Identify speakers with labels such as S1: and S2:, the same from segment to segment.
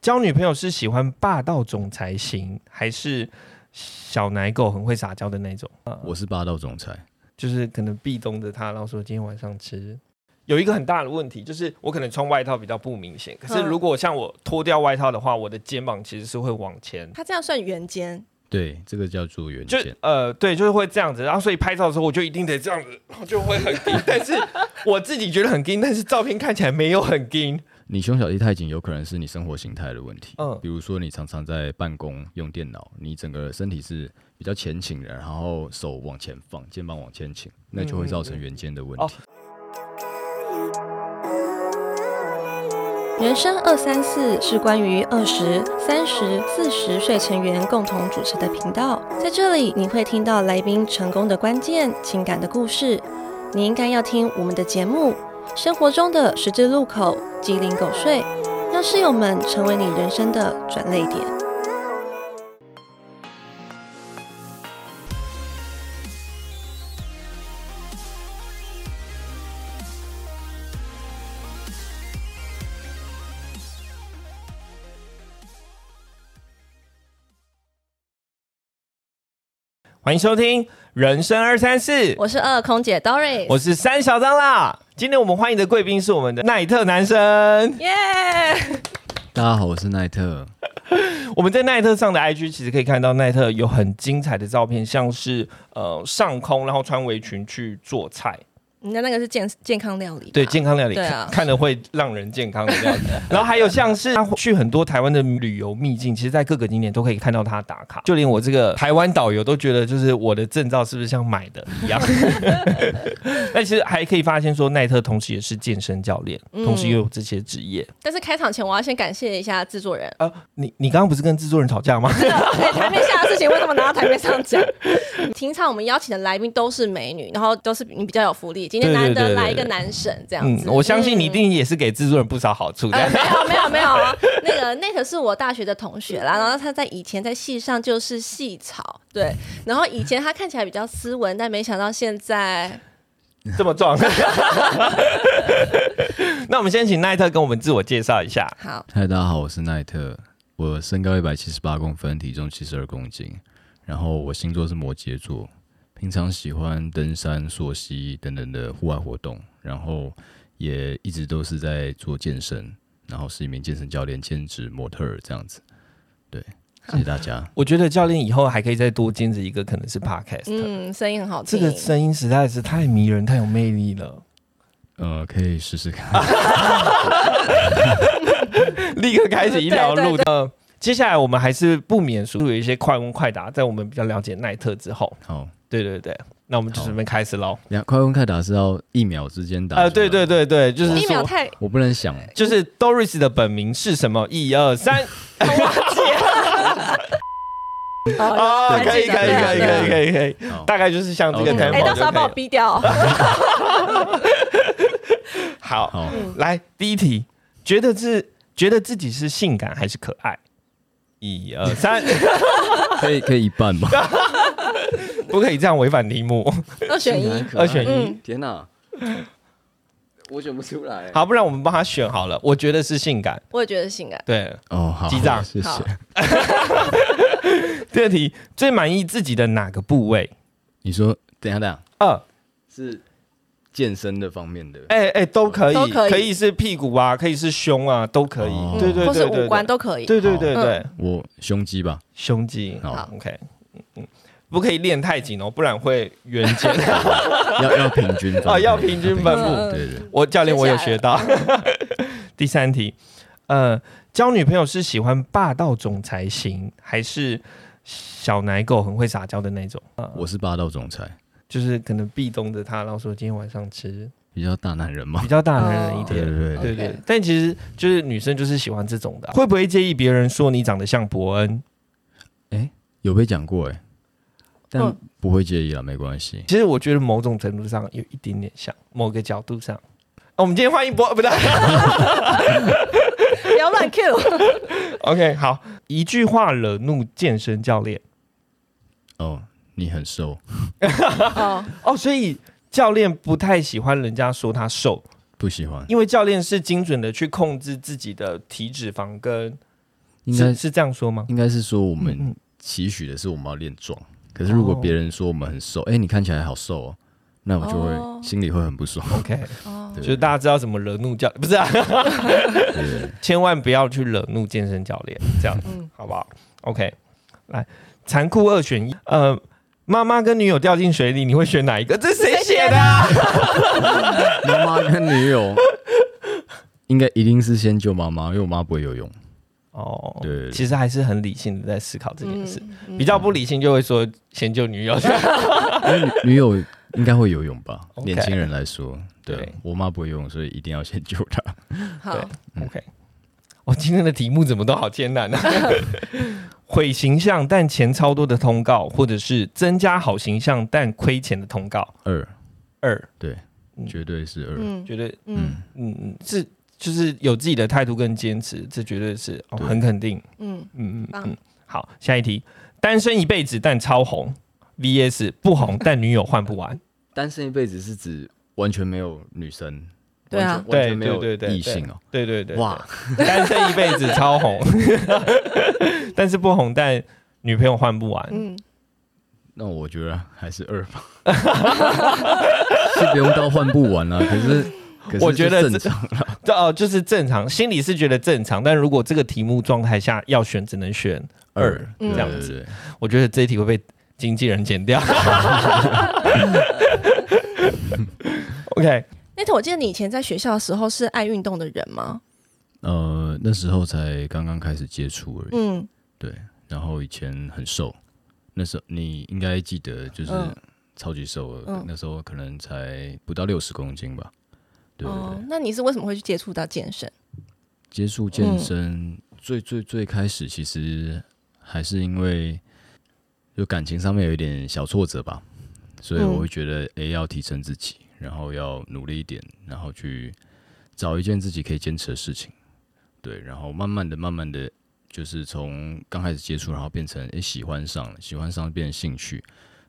S1: 交女朋友是喜欢霸道总裁型，还是小奶狗很会撒娇的那种？呃
S2: 我是霸道总裁，
S1: 就是可能壁咚着他，然后说今天晚上吃。有一个很大的问题就是，我可能穿外套比较不明显，可是
S3: 嗯
S1: 如果像我脱掉外套的话，我的肩膀其实是会往前，
S3: 他这样算圆肩，
S2: 对，这个叫做原
S1: 就
S2: 件。
S1: 呃对，就是会这样子。然后所以拍照的时候我就一定得这样子，然后就会很硬。但是我自己觉得很硬，但是照片看起来没有很硬。
S2: 你胸小力太紧，有可能是你生活形态的问题。
S1: 嗯
S2: 比如说你常常在办公用电脑，你整个身体是比较前倾的，然后手往前放，肩膀往前倾，那就会造成圆肩的问
S1: 嗯嗯
S2: 题。
S3: 人生二三四是关于二十三十四十岁成员共同主持的频道，在这里你会听到来宾成功的关键、情感的故事。你应该要听我们的节目，生活中的十字路口、鸡零狗碎，让室友们成为你人生的转泪点。
S1: 欢迎收听《人生二三四》，
S3: 我是二空姐 Doris，
S1: 我是三小张啦。今天我们欢迎的贵宾是我们的奈特男生。
S3: 耶
S2: 大家好，我是奈特。
S1: 我们在奈特上的 IG 其实可以看到奈特有很精彩的照片，像是呃上空，然后穿围裙去做菜，
S3: 你的那个是健健康料理吧，
S1: 对健康料理，
S3: 对啊
S1: 看看了会让人健康的料 理。然后还有像是他去很多台湾的旅游秘境，其实，在各个景点都可以看到他打卡。就连我这个台湾导游都觉得，就是我的证照是不是像买的一 样？但其实还可以发现说，奈特同时也是健身教练，
S3: 嗯
S1: 同时也有这些职业。
S3: 但是开场前我要先感谢一下制作人，
S1: 呃，你你刚刚不是跟制作人吵架吗？
S3: 对哎台面下的事情为什么拿到台面上讲？ 平常我们邀请的来宾都是美女，然后都是你比较有福利，今天难
S1: 对对对对
S3: 得来一个男神这样
S1: 嗯
S3: 子。，
S1: 我相信你一
S3: 嗯。
S1: 定也是给制作人不少好处的。
S3: 呃，没 有没有没有啊，那个那个是我大学的同学啦，然后他在以前在戏上就是戏草，对，然后以前他看起来比较斯文，但没想到现在嗯
S1: 这么壮。 那我们先请奈特跟我们自我介绍一下。
S3: 好，
S2: 嗨，大家好，我是奈特，我身高一百七十八公分，体重七十二公斤，然后我星座是摩羯座，平常喜欢登山、溯溪等等的户外活动，然后也一直都是在做健身，然后是一名健身教练、兼职模特儿这样子。对，谢谢大家。
S1: 我觉得教练以后还可以再多兼职一个，可能是 podcast。
S3: 嗯，声音很好
S1: 这
S3: 听，
S1: 个声音实在是太迷人、太有魅力了，
S2: 呃，可以试试看。
S1: 立刻开始一条路
S3: 对
S1: 的。呃接下来我们还是不免俗有一些快问快答，在我们比较了解奈特之后，
S2: 好，
S1: 对对对，那我们就
S2: 好
S1: 准备开始喽。
S2: 两快问快答是要一秒之间答。
S1: 呃，对对，对对，就是
S3: 一秒
S1: 说，
S3: 太
S2: 我不能想。
S1: 就是 Doris 的本名是什么？一二三，
S3: 哦
S1: 啊，
S3: 还
S1: 可以
S3: 记得
S1: 可以可以可以
S3: 对啊
S1: 可以可以，
S2: 好
S1: 大概就是像这个
S2: OK
S1: 开
S3: 哎，
S1: 头
S3: 到时候要
S1: 就可
S3: 把我
S1: 以了。
S3: 逼掉 哦，
S1: 好，
S2: 好，
S1: 来，第一题，觉得自觉得自己是性感还是可爱？一二三，
S2: 可以可以一半吗？
S1: 不可以这样违反题目。
S3: 二选一，
S1: 二选一
S3: 嗯
S2: 天哪，我选不出来。
S1: 好，不然我们帮他选好了。我觉得是性感。
S3: 我也觉得性感，
S1: 对，
S2: 哦，好，
S1: 记账
S2: 谢
S3: 好
S2: 谢。
S1: 第二题，最满意自己的哪个部位？
S2: 你说，等一下等一下，
S1: 二，
S2: 是健身的方面的，
S1: 哎哎，都可以，
S3: 都可以
S1: 是屁股啊，可以是胸啊，都可以
S2: 哦。
S1: 对对
S3: 或
S1: 对
S3: 是
S1: 对，
S3: 五
S1: 对
S3: 官，都可以，
S1: 对对对对，
S2: 我胸肌吧。
S1: 胸肌。
S2: 好，
S3: 好
S1: OK，嗯嗯，不可以练太紧哦，不然会圆肩。
S2: 要要平均分
S1: 哦要平均分
S3: 布
S2: 对对，对
S1: 我教练我有学到。 第三题，呃，交女朋友是喜欢霸道总裁型，还是小奶狗很会撒娇的那种？
S3: 嗯
S2: 我是霸道总裁，
S1: 就是可能壁咚着他，然后说今天晚上吃，
S2: 比较大男人嘛
S1: 比。较大男人一
S2: 对
S1: 点。
S2: 哦对
S1: 嗯对
S2: 对，
S1: 对
S3: OK
S1: 但其实就是女生就是喜欢这种的啊、会不会介意别人说你长得像伯恩？
S2: 有被讲过哎，但
S3: 嗯
S2: 不会介意啦，没关系。
S1: 其实我觉得某种程度上有一点点像，某个角度上。啊我们今天欢迎伯， 不对
S3: 不要乱 Q。
S1: ，OK，好，一句话惹怒健身教练。
S2: 哦，你很瘦，
S3: 哦，
S1: 哦，所以教练不太喜欢人家说他瘦，
S2: 不喜欢。
S1: 因为教练是精准的去控制自己的体脂肪跟
S2: 应该
S1: 是是这样说吗？
S2: 应该是说我
S1: 嗯
S2: 们
S1: 嗯
S2: 期许的是我们要练壮，可是如果
S1: 哦
S2: 别人说我们很瘦，哎、你看起来好瘦哦，那我就会、
S3: 哦
S2: 心里会很不 爽。
S1: ，OK，
S3: 哦，
S1: 就是大家知道怎么惹怒教，不是啊，
S2: 对，
S1: 千万不要去惹怒健身教练，这样
S3: 嗯，
S1: 好不好？OK，来，残酷二选一，呃，妈妈跟女友掉进水里，你会选哪一个？这谁写的啊？
S2: 妈妈跟女友应该一定是先救妈妈，因为我妈不会游泳。
S1: 哦，
S2: 对
S1: 其实还是很理性的在思考这件事，
S3: 嗯
S1: 比较不理性就会说先救女友，
S2: 女友应该会游泳吧
S1: OK
S2: 年轻人来说，对啊
S1: 对
S2: 我妈不会游泳，所以一定要先救她。
S3: 好，
S1: 对
S2: 嗯
S1: ，OK。我、今天的题目怎么都好艰难啊！ 毁形象但钱超多的通告，或者是增加好形象但亏钱的通告。
S2: 二，
S1: 二，
S2: 对
S1: 嗯，
S2: 绝对是二。
S3: 嗯
S1: 觉得
S3: 嗯
S1: 嗯嗯是就是有自己的态度跟坚持，这绝对是、哦、
S2: 对
S1: 很肯定。
S3: 嗯，
S1: 嗯嗯
S3: 棒
S1: 嗯，好，下一题，单身一辈子但超红，VS 不红但女友换不完。
S2: 单身一辈子是指完全没有女生，
S3: 对啊
S2: 完 全完全没
S1: 对对
S2: 有
S1: 对对
S2: 异性哦。
S1: 对对对，对
S2: 哇，
S1: 单身一辈子超 红，但是不红，但女朋友换不完。
S3: 嗯，
S2: 那我觉得还是二吧， 是不用到换不完了、啊可是，可是
S1: 我觉得
S2: 就
S1: 这
S2: 正常了。
S1: 这哦，就是正常，心里是觉得正常，但如果这个题目状态下要选，只能选二嗯
S2: 对
S1: 这样
S2: 对
S1: 子。
S2: 对
S1: 我觉得这一题会被经纪人剪 掉。OK，
S3: 那头，我记得你以前在学校的时候是爱运动的人吗？
S2: 呃，那时候才刚刚开始接触而已。
S3: 嗯，
S2: 对，然后以前很瘦，那时候你应该记得，就是
S3: 嗯
S2: 超级瘦了，
S3: 嗯
S2: 那时候可能才不到六十公斤吧。对对对，
S3: 哦，那你是为什么会去接触到健身？
S2: 接触健身、最最最开始其实还是因为就感情上面有一点小挫折吧，所以
S3: 嗯
S2: 我会觉得，诶，要提升自己，然后要努力一点，然后去找一件自己可以坚持的事情，对，然后慢慢的、慢慢的，就是从刚开始接触，然后变成诶喜欢上了，喜欢上变成兴趣，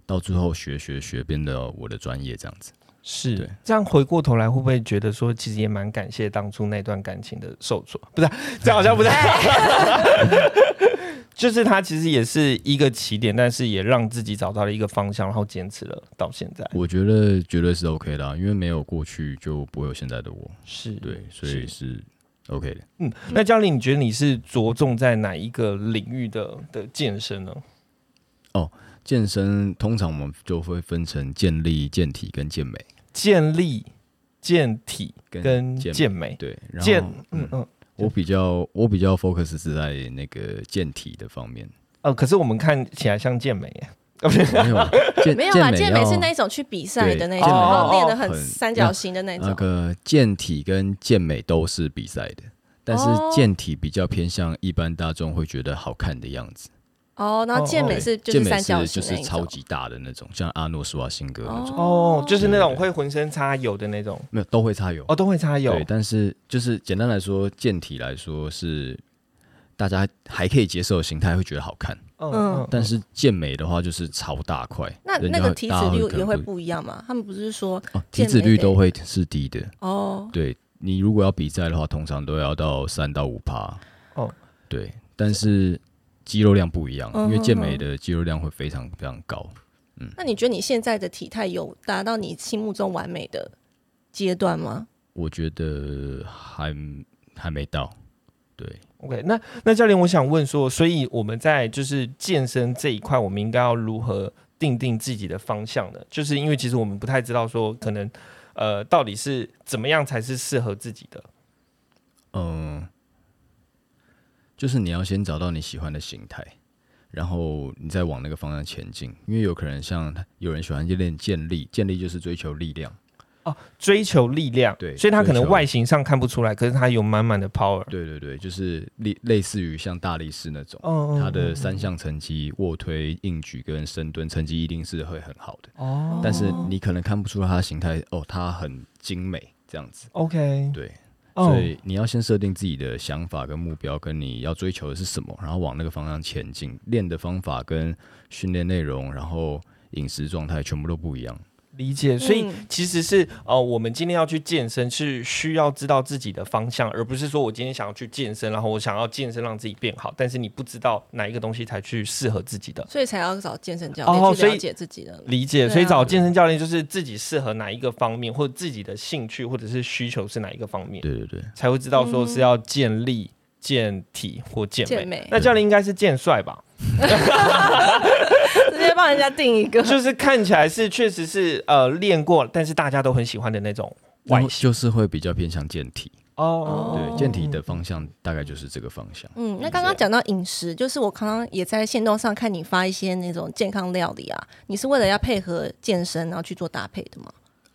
S2: 到最后学学学变得我的专业这样子。
S1: 是
S2: 对
S1: 这样回过头来，会不会觉得说，其实也蛮感谢当初那段感情的受挫？不是啊，这好像不太。 就是他其实也是一个起点，但是也让自己找到了一个方向，然后坚持了到现在。
S2: 我觉得绝对是 OK 的啊、因为没有过去就不会有现在的我。
S1: 是
S2: 对，所以是 OK 的。
S1: 嗯，那教练，你觉得你是着重在哪一个领域的的健身呢？
S2: 健身通常我们就会分成健力、健体跟健美，
S1: 健力、健体跟
S2: 健
S1: 健美。
S2: 对。然
S1: 健
S2: 后，
S1: 嗯嗯
S2: 我比较我比较 focus 是在那个健体的方面，
S1: 呃，可是我们看起来像健美耶， 哦不是
S2: 没有健
S3: 没有啦，健
S2: 健
S3: 美
S2: 要
S3: 是那一种去比赛的那
S1: 对
S3: 种，
S1: 健美
S3: 然后练得
S2: 哦
S3: 很
S2: 哦很
S3: 三角形的那
S2: 那
S3: 种。
S2: 个健体跟健美都是比赛的。但是
S3: 哦
S2: 健体比较偏向一般大众会觉得好看的样子，
S3: 哦，然后健美
S2: 对
S3: 是就
S2: 健美
S3: 是三角
S2: 就
S3: 形那
S2: 是
S3: 一
S2: 超
S3: 种。
S2: 级大的那种，像阿诺·施瓦辛格那种，
S1: 哦，就是那种
S2: 对对对
S1: 会浑身擦油的那种，
S2: 没有都会擦油
S1: 哦，都会擦油
S2: 对，。但是就是简单来说，健体来说是大家还可以接受的形态，会觉得好看。
S1: 嗯
S3: 嗯
S2: 但是健美的话，就是超大块，
S3: 那
S2: 人
S3: 那
S2: 家
S3: 个
S2: 会
S3: 体
S2: 大家
S3: 脂率
S2: 可
S3: 也
S2: 能
S3: 会不一样吗？他们不是说
S2: 哦，体
S3: 健
S2: 脂
S3: 美
S2: 率
S3: 得
S2: 都会是低的。
S3: 哦，
S2: 对你如果要比赛的话，通常都要到三到五趴。
S1: 哦，
S2: 对，但是肌肉量不一样，因为健
S3: 嗯
S2: 美
S3: 嗯嗯
S2: 的肌肉量会非常非常高。嗯
S3: 那你觉得你现在的体态有达到你心目中完美的阶段吗？
S2: 我觉得还还没到，对，
S1: OK，那那教练，我想问说，所以我们在就是健身这一块，我们应该要如何定定自己的方向呢？就是因为其实我们不太知道说，可能呃，到底是怎么样才是适合自己的。
S2: 嗯，就是你要先找到你喜欢的形态，然后你再往那个方向前进。因为有可能像有人喜欢练健力，健力就是追求力量，
S1: 追求力量，
S2: 对
S1: 所以他可
S2: 追
S1: 能
S2: 求
S1: 外形上看不出来，可是他有满满的 power，
S2: 对对对，就是类类似于像大力士那种，
S1: 嗯
S2: 他的三项成绩卧推、硬举跟深蹲成绩一定是会很好的，
S1: 哦
S2: 但是你可能看不出他的形态哦，他很精美这样子，
S1: ，OK，
S2: 对。
S1: 哦
S2: 所，以你要先设定自己的想法跟目标，跟你要追求的是什么，然后往那个方向前进。练的方法跟训练内容，然后饮食状态全部都不一样，
S1: 理解，所以
S3: 嗯
S1: 其实是呃，我们今天要去健身是需要知道自己的方向，而不是说我今天想要去健身，然后我想要健身让自己变好，但是你不知道哪一个东西才去适合自己的。
S3: 所以才要找健身教
S1: 哦
S3: 练去
S1: 所以
S3: 了解自己的。
S1: 理解，
S3: 对啊
S1: 所以找健身教练就是自己适合哪一个方面，或者自己的兴趣或者是需求是哪一个方面，
S2: 对对对，
S1: 才会知道说是要健力、健体或健美。
S3: 健美
S1: 那教练应该是健帅吧？
S3: 直接帮人家定一个，
S1: 就是看起来是确实是呃练过，但是大家都很喜欢的那种
S2: 然
S1: 外
S2: 后
S1: 形
S2: 就是会比较偏向健体，
S1: 哦。
S2: 对，健体的方向大概就是这个方向。
S3: 嗯，那刚刚讲到饮食，就是我刚刚也在线动上看你发一些那种健康料理啊，你是为了要配合健身然后去做搭配的吗？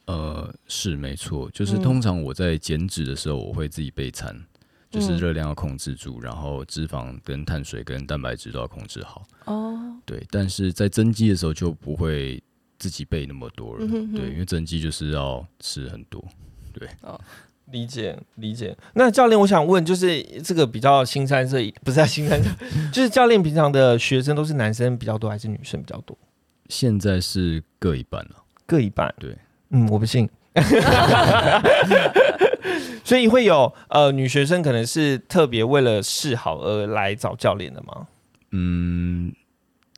S2: 呃，是没错，就是
S3: 嗯
S2: 通常我在减脂的时候，我会自己备餐，
S3: 嗯
S2: 就是热量要控制住，然后脂肪跟碳水跟蛋白质都要控制好。
S3: 哦，
S2: 对，但是在增肌的时候就不会自己备那么多了，
S3: 嗯哼哼
S2: 对，因为增肌就是要吃很多。
S1: 理解理解。那教练，我想问，就是这个比较新三色，不是在啊新三色， 就是教练平常的学生都是男生比较多还是女生比较多？
S2: 现在是各一半了，
S1: 各一半。
S2: 对，
S1: 嗯，我不信。 所以会有呃女学生可能是特别为了示好而来找教练的吗？
S2: 嗯，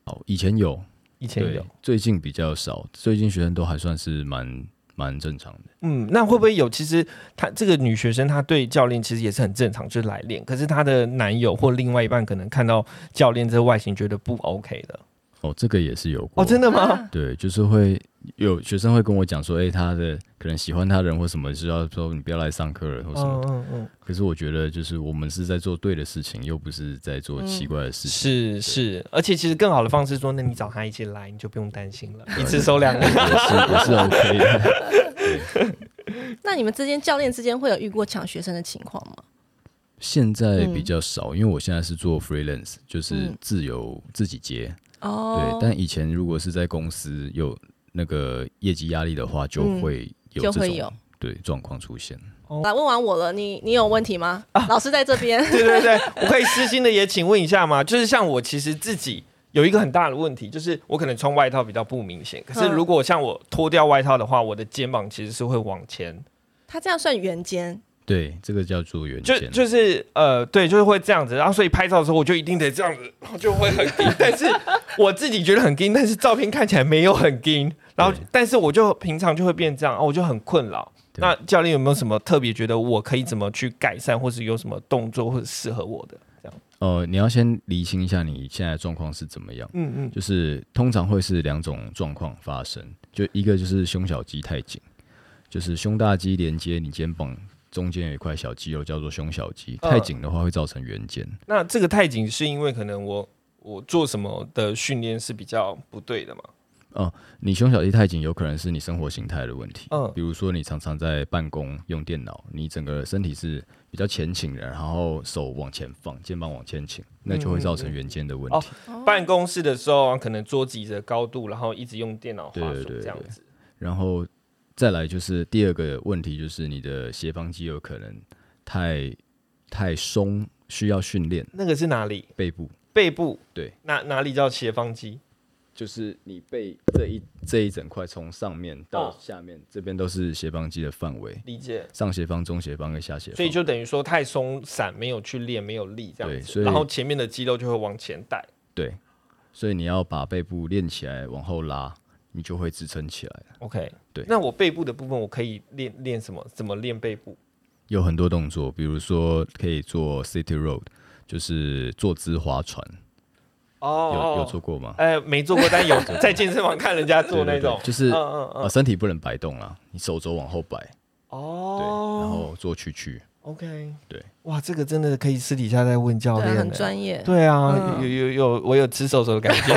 S2: 好，以前有，
S1: 以前
S2: 对
S1: 有，，
S2: 最近比较少，最近学生都还算是蛮蛮正常的，
S1: 嗯，那会不会有？其实她这个女学生，她对教练其实也是很正常，就是来练。可是她的男友或另外一半可能看到教练这外形，觉得不 OK 的。
S2: 哦，这个也是有过，
S1: 哦，真的吗？
S2: 对，就是会有学生会跟我讲说，哎、他的可能喜欢他的人或什么，就要说你不要来上课了或什么
S1: 嗯
S2: 的。
S1: 嗯嗯，
S2: 可是我觉得，就是我们是在做对的事情，又不是在做奇
S3: 嗯
S2: 怪的事情。
S1: 是是，而且其实更好的方式是说，那你找他一起来，你就不用担心了，一次收两个。
S2: 也 是 OK 的。
S3: 那你们之间教练之间会有遇过抢学生的情况吗？
S2: 现在比较少，因为我现在是做 freelance，就是
S3: 嗯
S2: 自由自己接。
S3: 哦
S2: 对，，但以前如果是在公司有那个业绩压力的话，就
S3: 嗯
S2: 会有
S3: 就
S2: 这
S3: 会
S2: 种、
S3: 有
S2: 对状况出现。
S3: 来问完我了，你你有问题吗？
S1: 啊
S3: 老师在这边，
S1: 对对对，我可以私心的也请问一下吗？就是像我其实自己有一个很大的问题，就是我可能穿外套比较不明显，可是
S3: 嗯
S1: 如果像我脱掉外套的话，我的肩膀其实是会往前
S3: 他这样算圆肩，
S2: 对，这个叫做原
S1: 就
S2: 件。
S1: 就是呃，对，就是会这样子，然后所以拍照的时候我就一定得这样子，然后就会很 硬。但是我自己觉得很硬，但是照片看起来没有很硬。然后
S2: 对，
S1: 但是我就平常就会变这样，啊、我就很困扰。
S2: 对
S1: 那教练有没有什么特别觉得我可以怎么去改善，或是有什么动作或者适合我的？
S2: 呃，你要先厘清一下你现在的状况是怎么样。
S1: 嗯嗯，
S2: 就是通常会是两种状况发生，就一个就是胸小肌太紧，就是胸大肌连接你肩膀中间有一块小肌肉叫做胸小肌，
S1: 嗯
S2: 太紧的话会造成圆肩。
S1: 那这个太紧是因为可能我我做什么的训练是比较不对的嘛？
S2: 你胸小肌太紧，有可能是你生活形态的问题，
S1: 嗯
S2: 比如说你常常在办公用电脑，你整个身体是比较前倾的，然后手往前放，肩膀往前倾，那就
S1: 嗯
S2: 会造成圆肩的问
S1: 嗯嗯
S2: 题。
S1: 办公室的时候、啊、可能桌子椅子的高度，然后一直用电脑滑
S2: 对
S1: 鼠
S2: 对对
S1: 这样子。
S2: 然后再来就是第二个问题，就是你的斜方肌有可能太太松，需要训练
S1: 那个是哪里？
S2: 背部。
S1: 背部
S2: 对，
S1: 哪哪里叫斜方肌？
S2: 就是你背这一这一整块从上面到
S1: 哦
S2: 下面、这边都是斜方肌的范围，
S1: 理解。
S2: 上斜方、中斜方跟下斜方。
S1: 所以就等于说太松散，没有去练，没有力这样
S2: 对
S1: 子，
S2: 所以
S1: 然后前面的肌肉就会往前带。
S2: 对，所以你要把背部练起来，往后拉，你就会支撑起来了。
S1: OK，
S2: 对
S1: 那我背部的部分，我可以练练什么？怎么练背部？
S2: 有很多动作，比如说可以做 city road，就是坐姿划船，有有
S1: 哦
S2: 做，过吗？
S1: 呃，没做过，但 有在健身房看人家做
S2: 对
S1: 那
S2: 对对
S1: 种，
S2: 就是
S1: 嗯嗯
S2: 啊，
S1: 嗯，
S2: 身体不能摆动啦，你手肘往后摆，对，然
S1: 哦，
S2: 后做屈曲，
S1: OK，
S2: 对，
S1: 哇，这个真的可以私底下再问教
S3: 对啊，
S1: 哦练，
S3: 很。专业，
S1: 对啊，
S3: 嗯
S1: 有有有，我有吃手手的感 觉。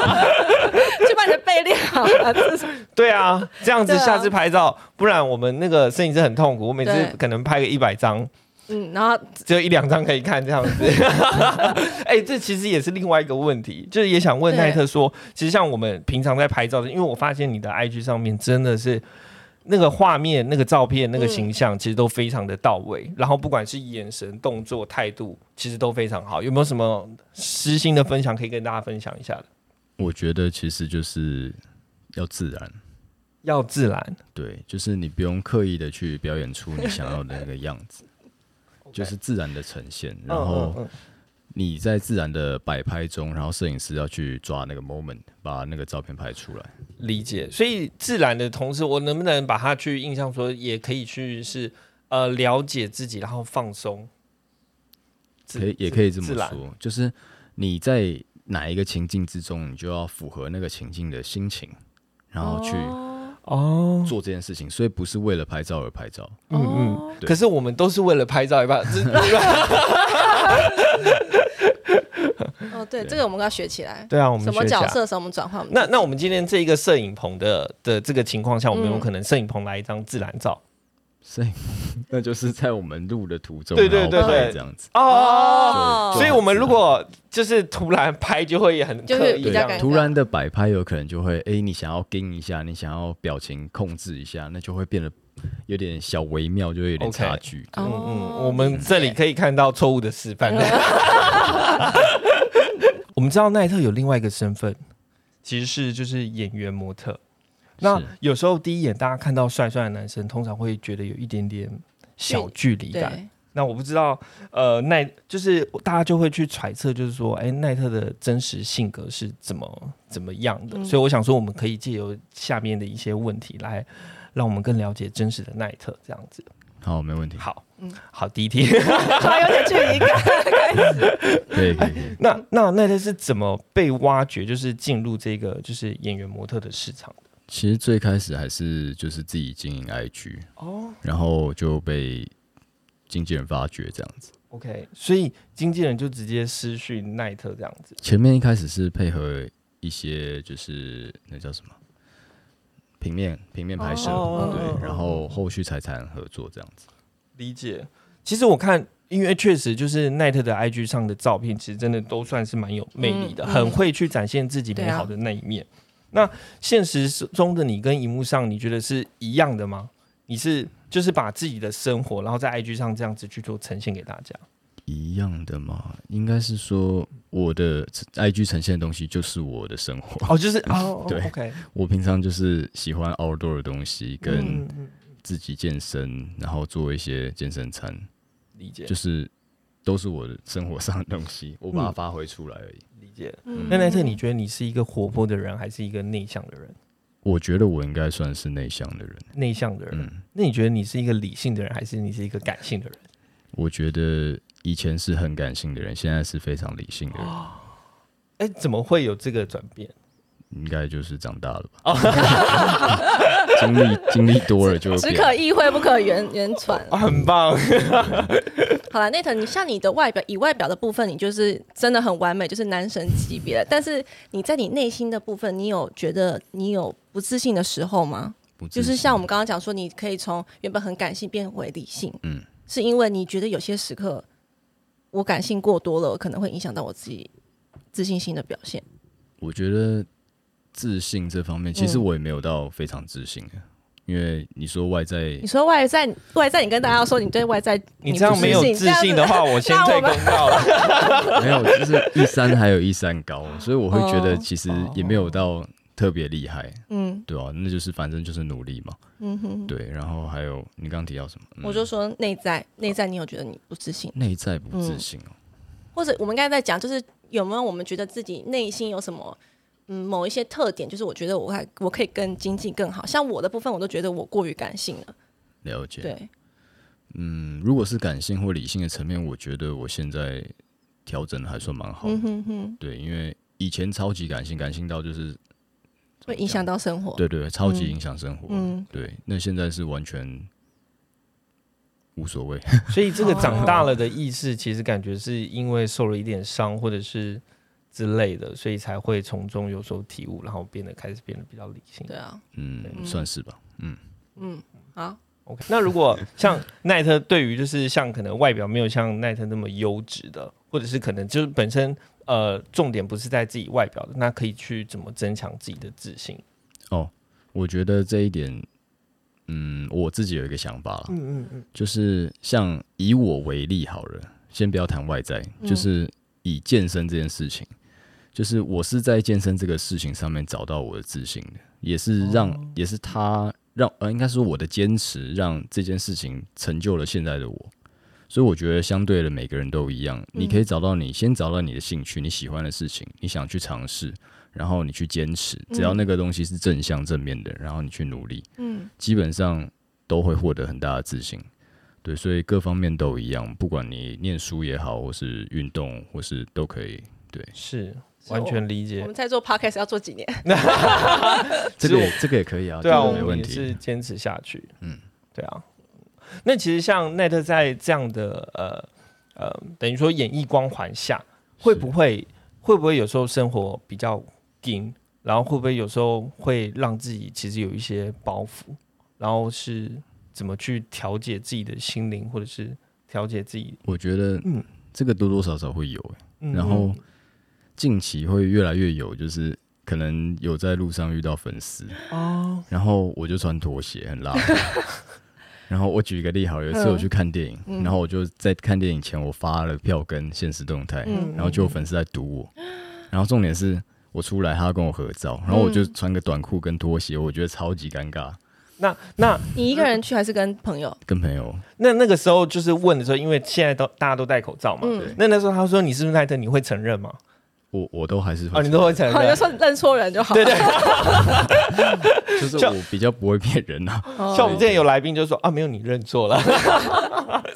S3: 就把你的背练好了，这是
S1: 对啊，这样子
S3: 对啊
S1: 下次拍照，不然我们那个摄影师很痛苦。我每次
S3: 对
S1: 可能拍个一百张，
S3: 嗯，然后
S1: 只有一两张可以看这样 子。哎、这其实也是另外一个问题，就是也想问奈特说，其实像我们平常在拍照的，因为我发现你的 IG 上面真的是。那个画面、那个照片、那个形象，其实都非常的到位。然后不管是眼神、动作、态度，其实都非常好。有没有什么私心的分享可以跟大家分享一下的？
S2: 我觉得其实就是要自然，
S1: 要自然，
S2: 对，就是你不用刻意的去表演出你想要的那个样 子，就是自然的呈现。然后
S1: 嗯嗯
S2: 你在自然的摆拍中，然后摄影师要去抓那个 moment，把那个照片拍出来。
S1: 嗯理解，所以自然的同时，我能不能把它去印象说，也可以去是呃了解自己，然后放松，自
S2: 可以，也可以这
S1: 自
S2: 么
S1: 然
S2: 说，就是你在哪一个情境之中，你就要符合那个情境的心情，然后去
S3: 哦
S1: 哦，
S2: 做这件事情。所以不是为了拍照而拍照，
S1: 嗯嗯。
S3: 哦
S2: 对
S1: 可是我们都是为了拍照，一般
S3: 哦，对，
S2: 对
S3: 这个我们要学起来。
S1: 对啊，我们
S3: 什么
S1: 学一下
S3: 角色，什么我们转换，我们
S1: 那那我们今天这一个摄影棚的的这个情况下，我们
S3: 嗯
S1: 有没有可能摄影棚来一张自然照。
S2: 所以 那就是在我们录的途中，
S1: 对对
S2: 然后
S1: 对
S2: 拍
S1: 对
S2: 这样子。
S1: 哦，
S3: 哦
S2: 就
S1: 所以我们如果就是突然拍，就会很
S3: 就
S1: 刻
S3: 是
S1: 意
S3: 比
S1: 这
S3: 较
S1: 样
S3: 尴尬
S2: 突然的摆拍有可能就会，哎、你想要盯一下，你想要表情控制一下，那就会变得有点小微妙，就会有点
S1: OK
S2: 差距。
S1: 嗯
S3: 哦
S1: 嗯，我们这里可以看到错误的示 范。 我们知道奈特有另外一个身份，其实是就是演员模特。那
S2: 是
S1: 有时候第一眼大家看到帅帅的男生，通常会觉得有一点点小距离感。
S3: 对，
S1: 那我不知道，呃，奈就是大家就会去揣测，就是说，哎、奈特的真实性格是怎么怎么样的？
S3: 嗯
S1: 所以我想说，我们可以借由下面的一些问题来让我们更了解真实的奈特，这样子。
S2: 好，没问题。
S1: 好，
S3: 嗯
S1: 好，第一题。
S3: 突然有点距离感。
S2: 可以，可以，可 以。
S1: 那那奈特是怎么被挖掘，就是进入这个就是演员模特的市场的？
S2: 其实最开始还是就是自己经营 IG，
S1: 哦
S2: 然后就被经纪人发掘这样子。
S1: ，OK，所以经纪人就直接私讯奈特这样子。
S2: 前面一开始是配合一些就是那叫什么平面平面拍摄，
S1: 哦
S2: 对，然后后续才谈合作这样子。
S1: 理解。其实我看，因为确实就是奈特的 IG 上的照片，其实真的都算是蛮有魅力的，
S3: 嗯嗯
S1: 很会去展现自己
S3: 对
S1: 美
S3: 啊
S1: 好的那一面。那现实中的你跟荧幕上，你觉得是一样的吗？你是就是把自己的生活，然后在 IG 上这样子去做呈现给大家。
S2: 一样的嘛，应该是说我的 IG 呈现的东西就是我的生活。
S1: 哦，就是哦，
S2: 对
S1: ，OK，
S2: 我平常就是喜欢 outdoor 的东西，跟
S1: 嗯嗯
S2: 自己健身，然后做一些健身餐，
S1: 理解，
S2: 就是都是我的生活上的东西，我把
S1: 嗯
S2: 它发挥出来而已。
S1: 理解。
S3: 嗯
S1: 那奈特，你觉得你是一个活泼的人，还是一个内向的人？
S2: 我觉得我应该算是内向的人，
S1: 内向的人，
S2: 嗯，
S1: 那你觉得你是一个理性的人，还是你是一个感性的人？
S2: 我觉得以前是很感性的人，现在是非常理性的人，
S3: 哦
S1: 哎，怎么会有这个转变？
S2: 应该就是长大了吧，
S3: 哦
S2: 经历经历多了就会
S3: 只
S2: 变
S3: 可意会不可言言传。
S1: 啊，很棒。
S3: 好了，Nate，你像你的外表，以外表的部分，你就是真的很完美，就是男神级别的。但是你在你内心的部分，你有觉得你有不自信的时候吗？
S2: 不自
S3: 就是
S2: 信
S3: 像我们刚刚讲说，你可以从原本很感性变回理性，
S2: 嗯
S3: 是因为你觉得有些时刻我感性过多了，可能会影响到我自己自信心的表现。
S2: 我觉得自信这方面，其实
S3: 嗯
S2: 我也没有到非常自信的，因为你说外在
S3: 你，说外在，外在，你跟大家说你对外在
S1: 你这样
S3: 不
S1: 没有
S3: 自
S1: 自信的话，我先
S3: 那
S1: 退
S3: 我们
S1: 公告了。
S2: 没有，就是一山还有一山高，所以我会觉得
S3: 哦
S2: 其实也没有到特别厉害，
S3: 嗯
S2: 对啊，那就是反正就是努力嘛，
S3: 嗯哼，
S2: 对。然后还有你刚提到什么？嗯
S3: 我就说内在，内在你有觉得你不自信，
S2: 内在不
S3: 嗯
S2: 自信哦，
S3: 或者我们刚才在讲，就是有没有我们觉得自己内心有什么嗯某一些特点，就是我觉得我还我可以跟经济更好，像我的部分，我都觉得我过于感性了，
S2: 了解。
S3: 对，
S2: 嗯，如果是感性或理性的层面，我觉得我现在调整的还算蛮好的，
S3: 嗯哼哼，
S2: 对，因为以前超级感性，感性到就是
S3: 会影响到生活，
S1: 啊
S2: 对对，超级影响生活。
S3: 嗯
S2: 对，那现在是完全无所谓。
S1: 所以这个长大了的意识，其实感觉是因为受了一点伤，或者是之类的，所以才会从中有所体悟，然后变得开始变得比较理性。
S3: 对啊，
S2: 嗯，算是吧。嗯，
S3: 嗯，好，
S1: OK，那如果像奈特，对于就是像可能外表没有像奈特那么优质的，或者是可能就是本身呃重点不是在自己外表的，那可以去怎么增强自己的自信？
S2: 哦，我觉得这一点，嗯，我自己有一个想法啦，
S1: 嗯嗯嗯，
S2: 就是像以我为例好了，先不要谈外在，
S3: 嗯
S2: 就是以健身这件事情，就是我是在健身这个事情上面找到我的自信的，也是让、
S1: 哦
S2: 也是他让呃，应该说我的坚持让这件事情成就了现在的我。所以我觉得相对的，每个人都一样，你
S1: 嗯
S2: 可以找到你先找到你的兴趣，你喜欢的事情，你想去尝试，然后你去坚持，只要那个东西是正向正面的，然后你去努力，
S3: 嗯
S2: 基本上都会获得很大的自信。对，所以各方面都一样，不管你念书也好，或是运动，或是都可以。对，
S1: 是
S4: 是
S1: 完全理解
S4: 我们。在做 podcast 要做几年？
S2: 这个也这个也可以啊，
S1: 对啊，
S2: 这
S1: 我
S2: 个没
S1: 们
S2: 问
S1: 也
S2: 题
S1: 是。坚持下去。嗯
S2: 嗯，
S1: 对啊。那其实像奈特在这样的呃呃，等于说演艺光环下，会不会会不会有时候生活比较紧，然后会不会有时候会让自己其实有一些包袱，然后是怎么去调节自己的心灵，或者是调节自己？
S2: 我觉得
S1: 嗯
S2: 这个多多少少会有、欸
S1: 嗯
S2: 然后近期会越来越有，就是可能有在路上遇到粉丝，
S1: 哦，
S2: 然后我就穿拖鞋，很拉 风。然后我举一个例好了，有一次我去看电影，
S1: 嗯
S2: 然后我就在看电影前我发了票跟现实动态，
S4: 嗯
S2: 然后就有粉丝在堵我，然后重点是我出来他要跟我合照，然后我就穿个短裤跟拖鞋，我觉得超级尴尬，
S1: 那那
S3: 你一个人去还是跟朋友？
S2: 跟朋友
S1: 那那个时候就是问的时候，因为现在都大家都戴口罩嘛。
S4: 嗯，
S1: 那那时候他说你是不是奈特？你会承认吗？
S2: 我我都还是
S1: 哦，你都会承认。
S4: 好，你就说你认错人就好。
S1: 对对，
S2: 就是
S1: 像
S2: 我比较不会骗人啊，
S4: 哦
S1: 像我们之前有来宾就说啊，没有你认错了。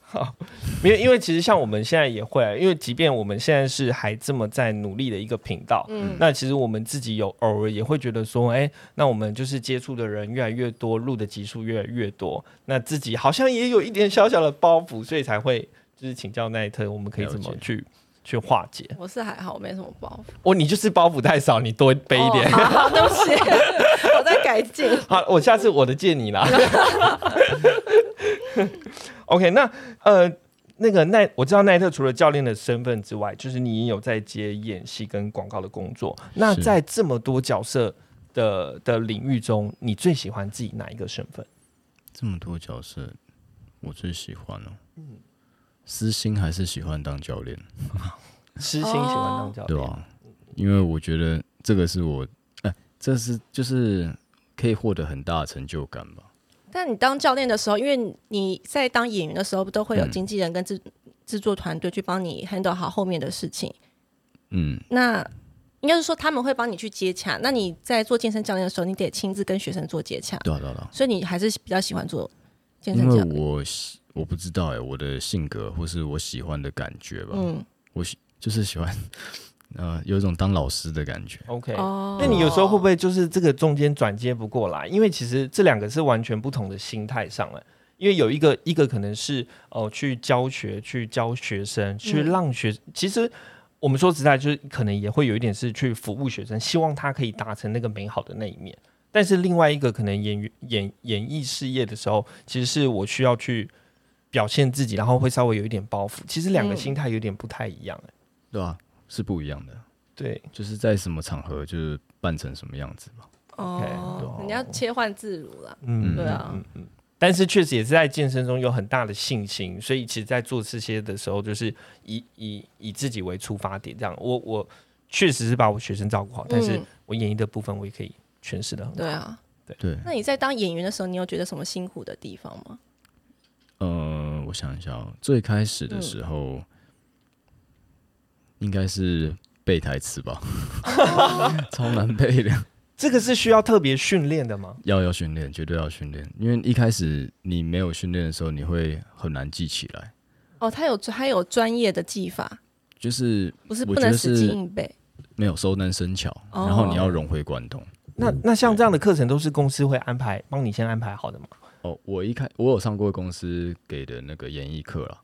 S1: 好，没有，因为其实像我们现在也会，啊因为即便我们现在是还这么在努力的一个频道，
S4: 嗯
S1: 那其实我们自己有偶尔也会觉得说，哎、那我们就是接触的人越来越多，录的集数越来越多，那自己好像也有一点小小的包袱，所以才会就是请教奈特，我们可以怎么
S2: 了解
S1: 去去化解？
S4: 我是还好，我没什么包袱。
S1: 哦，你就是包袱太少，你多背一点。
S4: 哦好好，对不 起，我在改进。
S1: 好，我下次我的借你啦。OK，那呃，那个奈，我知道奈特除了教练的身份之外，就是你也有在接演戏跟广告的工作。那在这么多角色的的领域中，你最喜欢自己哪一个身份？
S2: 这么多角色，我最喜欢哦。私心还是喜欢当教练，
S1: 痴心喜欢当教
S2: 对
S1: 练，
S2: 吧、因为我觉得这个是我，哎、这是就是可以获得很大的成就感吧。
S4: 但你当教练的时候，因为你在当演员的时候，不都
S1: 嗯
S4: 会有经纪人跟制制作团队去帮你 handle 好后面的事情。
S2: 嗯，
S4: 那应该是说他们会帮你去接洽。那你在做健身教练的时候，你得亲自跟学生做接洽，
S2: 对啊，对啊，对啊
S4: 所以你还是比较喜欢做健身
S2: 因
S4: 教
S2: 为
S4: 练。
S2: 我喜我不知道哎、我的性格或是我喜欢的感觉吧，
S4: 嗯，
S2: 我喜就是喜欢， 呃，有一种当老师的感觉。
S1: OK，、
S4: 哦
S1: 那你有时候会不会就是这个中间转接不过来？因为其实这两个是完全不同的心态上来。因为有一个一个可能是哦、呃去教学，去教学
S4: 嗯
S1: 生，去让学，其实我们说实在，就是可能也会有一点是去服务学生，希望他可以达成那个美好的那一面。但是另外一个可能演员演演艺事业的时候，其实是我需要去表现自己，然后会稍微有一点包袱。其实两个
S4: 嗯
S1: 心态有点不太一样、欸
S2: 对啊，是不一样的，
S1: 对，
S2: 就是在什么场合就是扮成什么样子嘛。
S4: 哦，
S1: OK，
S4: 你要切换自如了。
S1: 嗯
S4: 对啊
S1: 嗯嗯。但是确实也是在健身中有很大的信心，所以其实，在做这些的时候，就是以以以自己为出发点，这样。我我确实是把我学生照顾好，但是
S4: 嗯
S1: 我演绎的部分我也可以诠释的很
S3: 嗯
S1: 好。
S4: 对啊，
S2: 对，
S4: 那你在当演员的时候，你有觉得什么辛苦的地方吗？
S2: 呃，我想一下、哦，最开始的时候、应该是背台词吧，超难背的，
S1: 这个是需要特别训练的吗？
S2: 要要训练，绝对要训练，因为一开始你没有训练的时候，你会很难记起来，
S4: 哦，他有他有专业的技法，
S2: 就是
S4: 不是
S2: 我
S4: 不
S2: 觉
S4: 能
S2: 得
S4: 死记
S2: 是
S4: 硬背。
S2: 没有熟能生巧，
S4: 哦
S2: 然后你要融会贯通。
S1: 那
S3: 嗯
S1: 那像这样的课程都是公司会安排，帮你先安排好的吗？
S2: 哦，我一开我有上过公司给的那个演艺课了，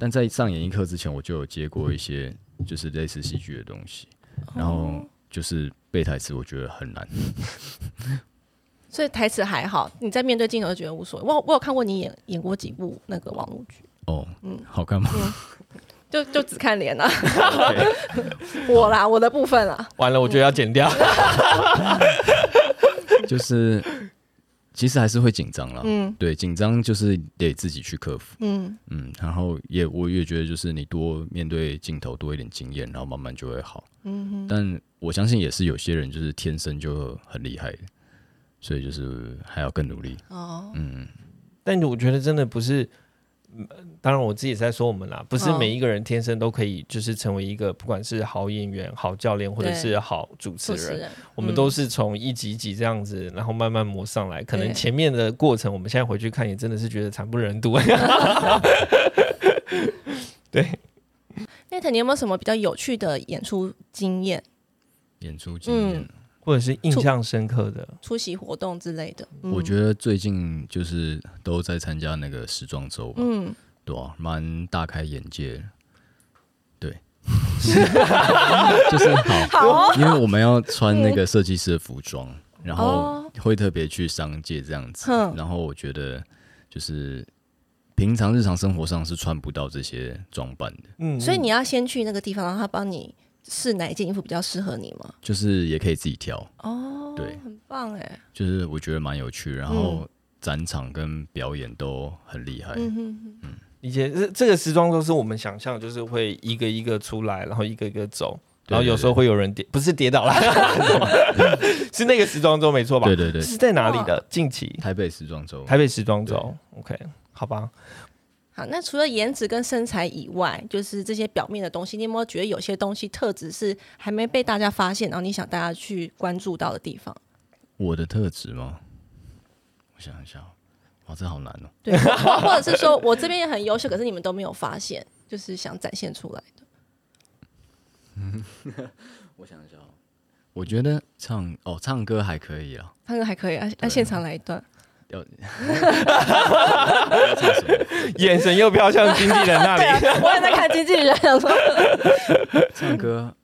S2: 但在上演艺课之前，我就有接过一些就是类似戏剧的东西，然后就是背台词，我觉得很难。
S4: 所以台词还好，你在面对镜头就觉得无所谓。我我有看过你演演过几部那个网络剧，
S2: 哦，好看吗？
S3: 嗯
S4: 就就只看脸啊， 我啦，我的部分啦，
S1: 完了，我觉得要剪掉。
S2: 就是其实还是会紧张啦。
S3: 嗯
S2: 对，紧张就是得自己去克服。
S3: 嗯，
S2: 嗯，然后也我也觉得就是你多面对镜头多一点经验，然后慢慢就会好。嗯，但我相信也是有些人就是天生就很厉害的，所以就是还要更努力。
S3: 哦，
S2: 嗯，
S1: 但我觉得真的不是，嗯当然我自己也在说我们啦，不是
S3: 哦
S1: 每一个人天生都可以就是成为一个不管是好演员、好教练或者
S3: 对
S1: 是好主持
S3: 主持
S1: 人，
S3: 人，
S1: 我们都是从一级一级这样子，然后慢慢磨上来。可能
S3: 对
S1: 前面的过程，我们现在回去看也真的是觉得惨不忍 睹。对，
S3: 那你有没有什么比较有趣的演出经验、
S2: 演出经
S3: 嗯
S2: 验，
S1: 或者是印象深刻的，
S3: 出席活动之类的？
S2: 我觉得最近就是都在参加那个时装周吧，
S3: 嗯，
S2: 对啊，蛮大开眼界的。 对，就是好，
S3: 好哦，嗯
S2: 因为我们要穿那个设计师的服装，然后
S3: 哦嗯
S2: 会特别去商界这样子。
S3: 哼
S1: 嗯
S2: 然后我觉得就是平常日常生活上是穿不到这些装扮的，
S1: 嗯，
S3: 所以你要先去那个地方，让他帮你试哪一件衣服比较适合你嘛？
S2: 就是也可以自己挑，
S3: 哦，
S2: 对
S3: 很棒哎，
S2: 就是我觉得蛮有趣。然后展场跟表演都很厉害，
S3: 嗯哼
S1: 以前这这个时装周是我们想象，就是会一个一个出来，然后一个一个走，然后有时候会有人跌，不是跌 倒啦， 是那个时装周没错吧？
S2: 对对对，
S1: 是在哪里
S3: 哦
S1: 的？近期
S2: 台北时装周，
S1: 台北时装周，OK，好吧，
S3: 好，那除了颜值跟身材以外，就是这些表面的东西，你有没有觉得有些东西特质是还没被大家发现，然后你想大家去关注到的地方？
S2: 我的特质吗？我想一下哦，哇，这好难哦。
S3: 对，或 或者是说我这边也很优秀，可是你们都没有发现，就是想展现出来的。
S2: 我觉得唱哦，唱歌还可以啊。
S3: 他说还可以，啊，那现场来一段。
S2: 要
S1: 眼神又飘向经纪人那
S3: 对啊
S1: 里，，
S3: 我也在看经纪人，想 说，
S2: 唱歌，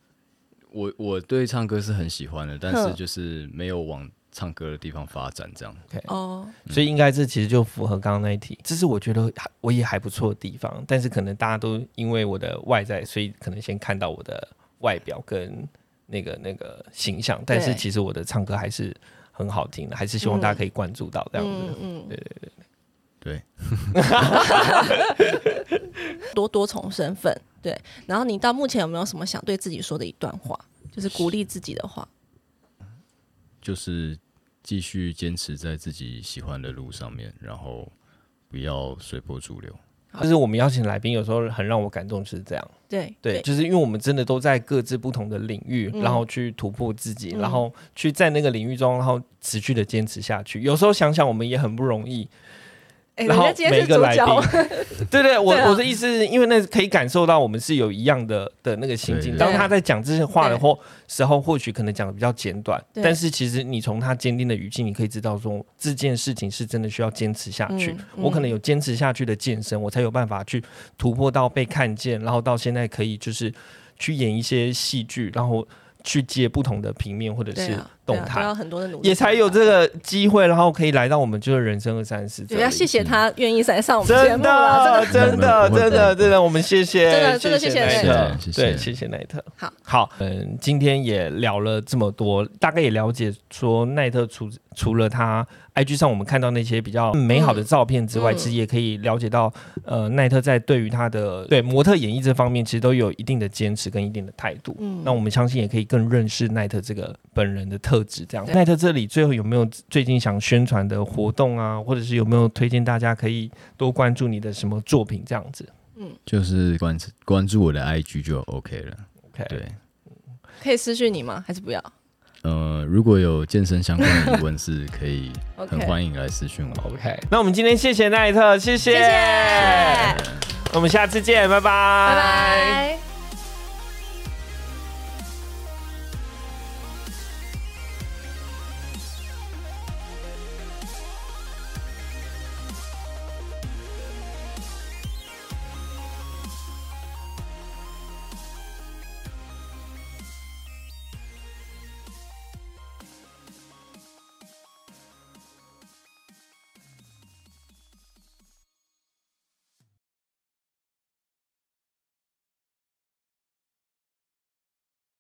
S2: 我我对唱歌是很喜欢的，但是就是没有往唱歌的地方发展，这样
S3: 哦，
S1: 所以应该这其实就符合刚刚那一题，这是我觉得还我也还不错的地方，但是可能大家都因为我的外在，所以可能先看到我的外表跟那个那个形象，但是
S3: 对
S1: 其实我的唱歌还是很好听的，还是希望大家可以关注到这样子。
S3: 嗯嗯，
S2: 对，
S3: 多多重身份，对。然后你到目前有没有什么想对自己说的一段话，就是鼓励自己的话？
S2: 就是继续坚持在自己喜欢的路上面，然后不要随波逐流。
S1: 就是我们邀请来宾，有时候很让我感动是这样。
S3: 对
S1: 对，，就是因为我们真的都在各自不同的领域，
S3: 嗯
S1: 然后去突破自己，
S3: 嗯
S1: 然后去在那个领域中，然后持续的坚持下去。有时候想想，我们也很不容易。
S3: 哎
S1: 然后每一个来宾， 对对，我
S3: 对啊
S1: 我的意思是因为那可以感受到我们是有一样的的那个心境。
S2: 对对
S1: 当他在讲这些话的或时候，或许可能讲的比较简短，
S3: 对
S1: 但是其实你从他坚定的语气，你可以知道说哦这件事情是真的需要坚持下去。
S3: 嗯嗯
S1: 我可能有坚持下去的健身，我才有办法去突破到被看见，然后到现在可以就是去演一些戏剧，然后去接不同的平面或者
S3: 对
S1: 是
S3: 啊
S1: 动
S3: 对啊
S1: 态，
S3: 都要很多的努力，
S1: 也才 有这。个机会，然后可以来到我们就是人生二三十。
S3: 对，要谢谢他愿意来上我们节
S1: 真
S3: 目啊啦，这个
S1: 的，真的，
S2: 不会
S1: 真的，真的，我们谢谢，
S3: 真的真的谢
S1: 奈
S3: 谢
S1: 特，
S2: 谢谢
S1: 对，
S2: 谢谢
S1: 谢谢奈特。
S3: 好，
S1: 好，嗯，今天也聊了这么多，大概也了解说奈特除除了他 IG 上我们看到那些比较美好的照片之外，
S3: 嗯
S1: 其实也可以了解到，呃，奈特在对于他的对模特演绎这方面，其实都有一定的坚持跟一定的态度。
S3: 嗯
S1: 那我们相信也可以更认识奈特这个本人的特质。这样，
S3: 对
S1: 奈特这里最后有没有最近想宣传的活动啊，或者是有没有推荐大家可以多关注你的什么作品这样子
S2: 就是关关注我的 IG 就 OK 了。
S1: ？OK，
S2: 对，
S3: 可以私讯你吗？还是不要
S2: 呃，如果有健身相关的疑问，是可以
S3: ？OK，
S2: 很欢迎来私讯我。
S1: OK，那我们今天谢谢奈特，谢谢，
S3: 谢谢，拜
S1: 我们下次见，拜拜，
S3: 拜。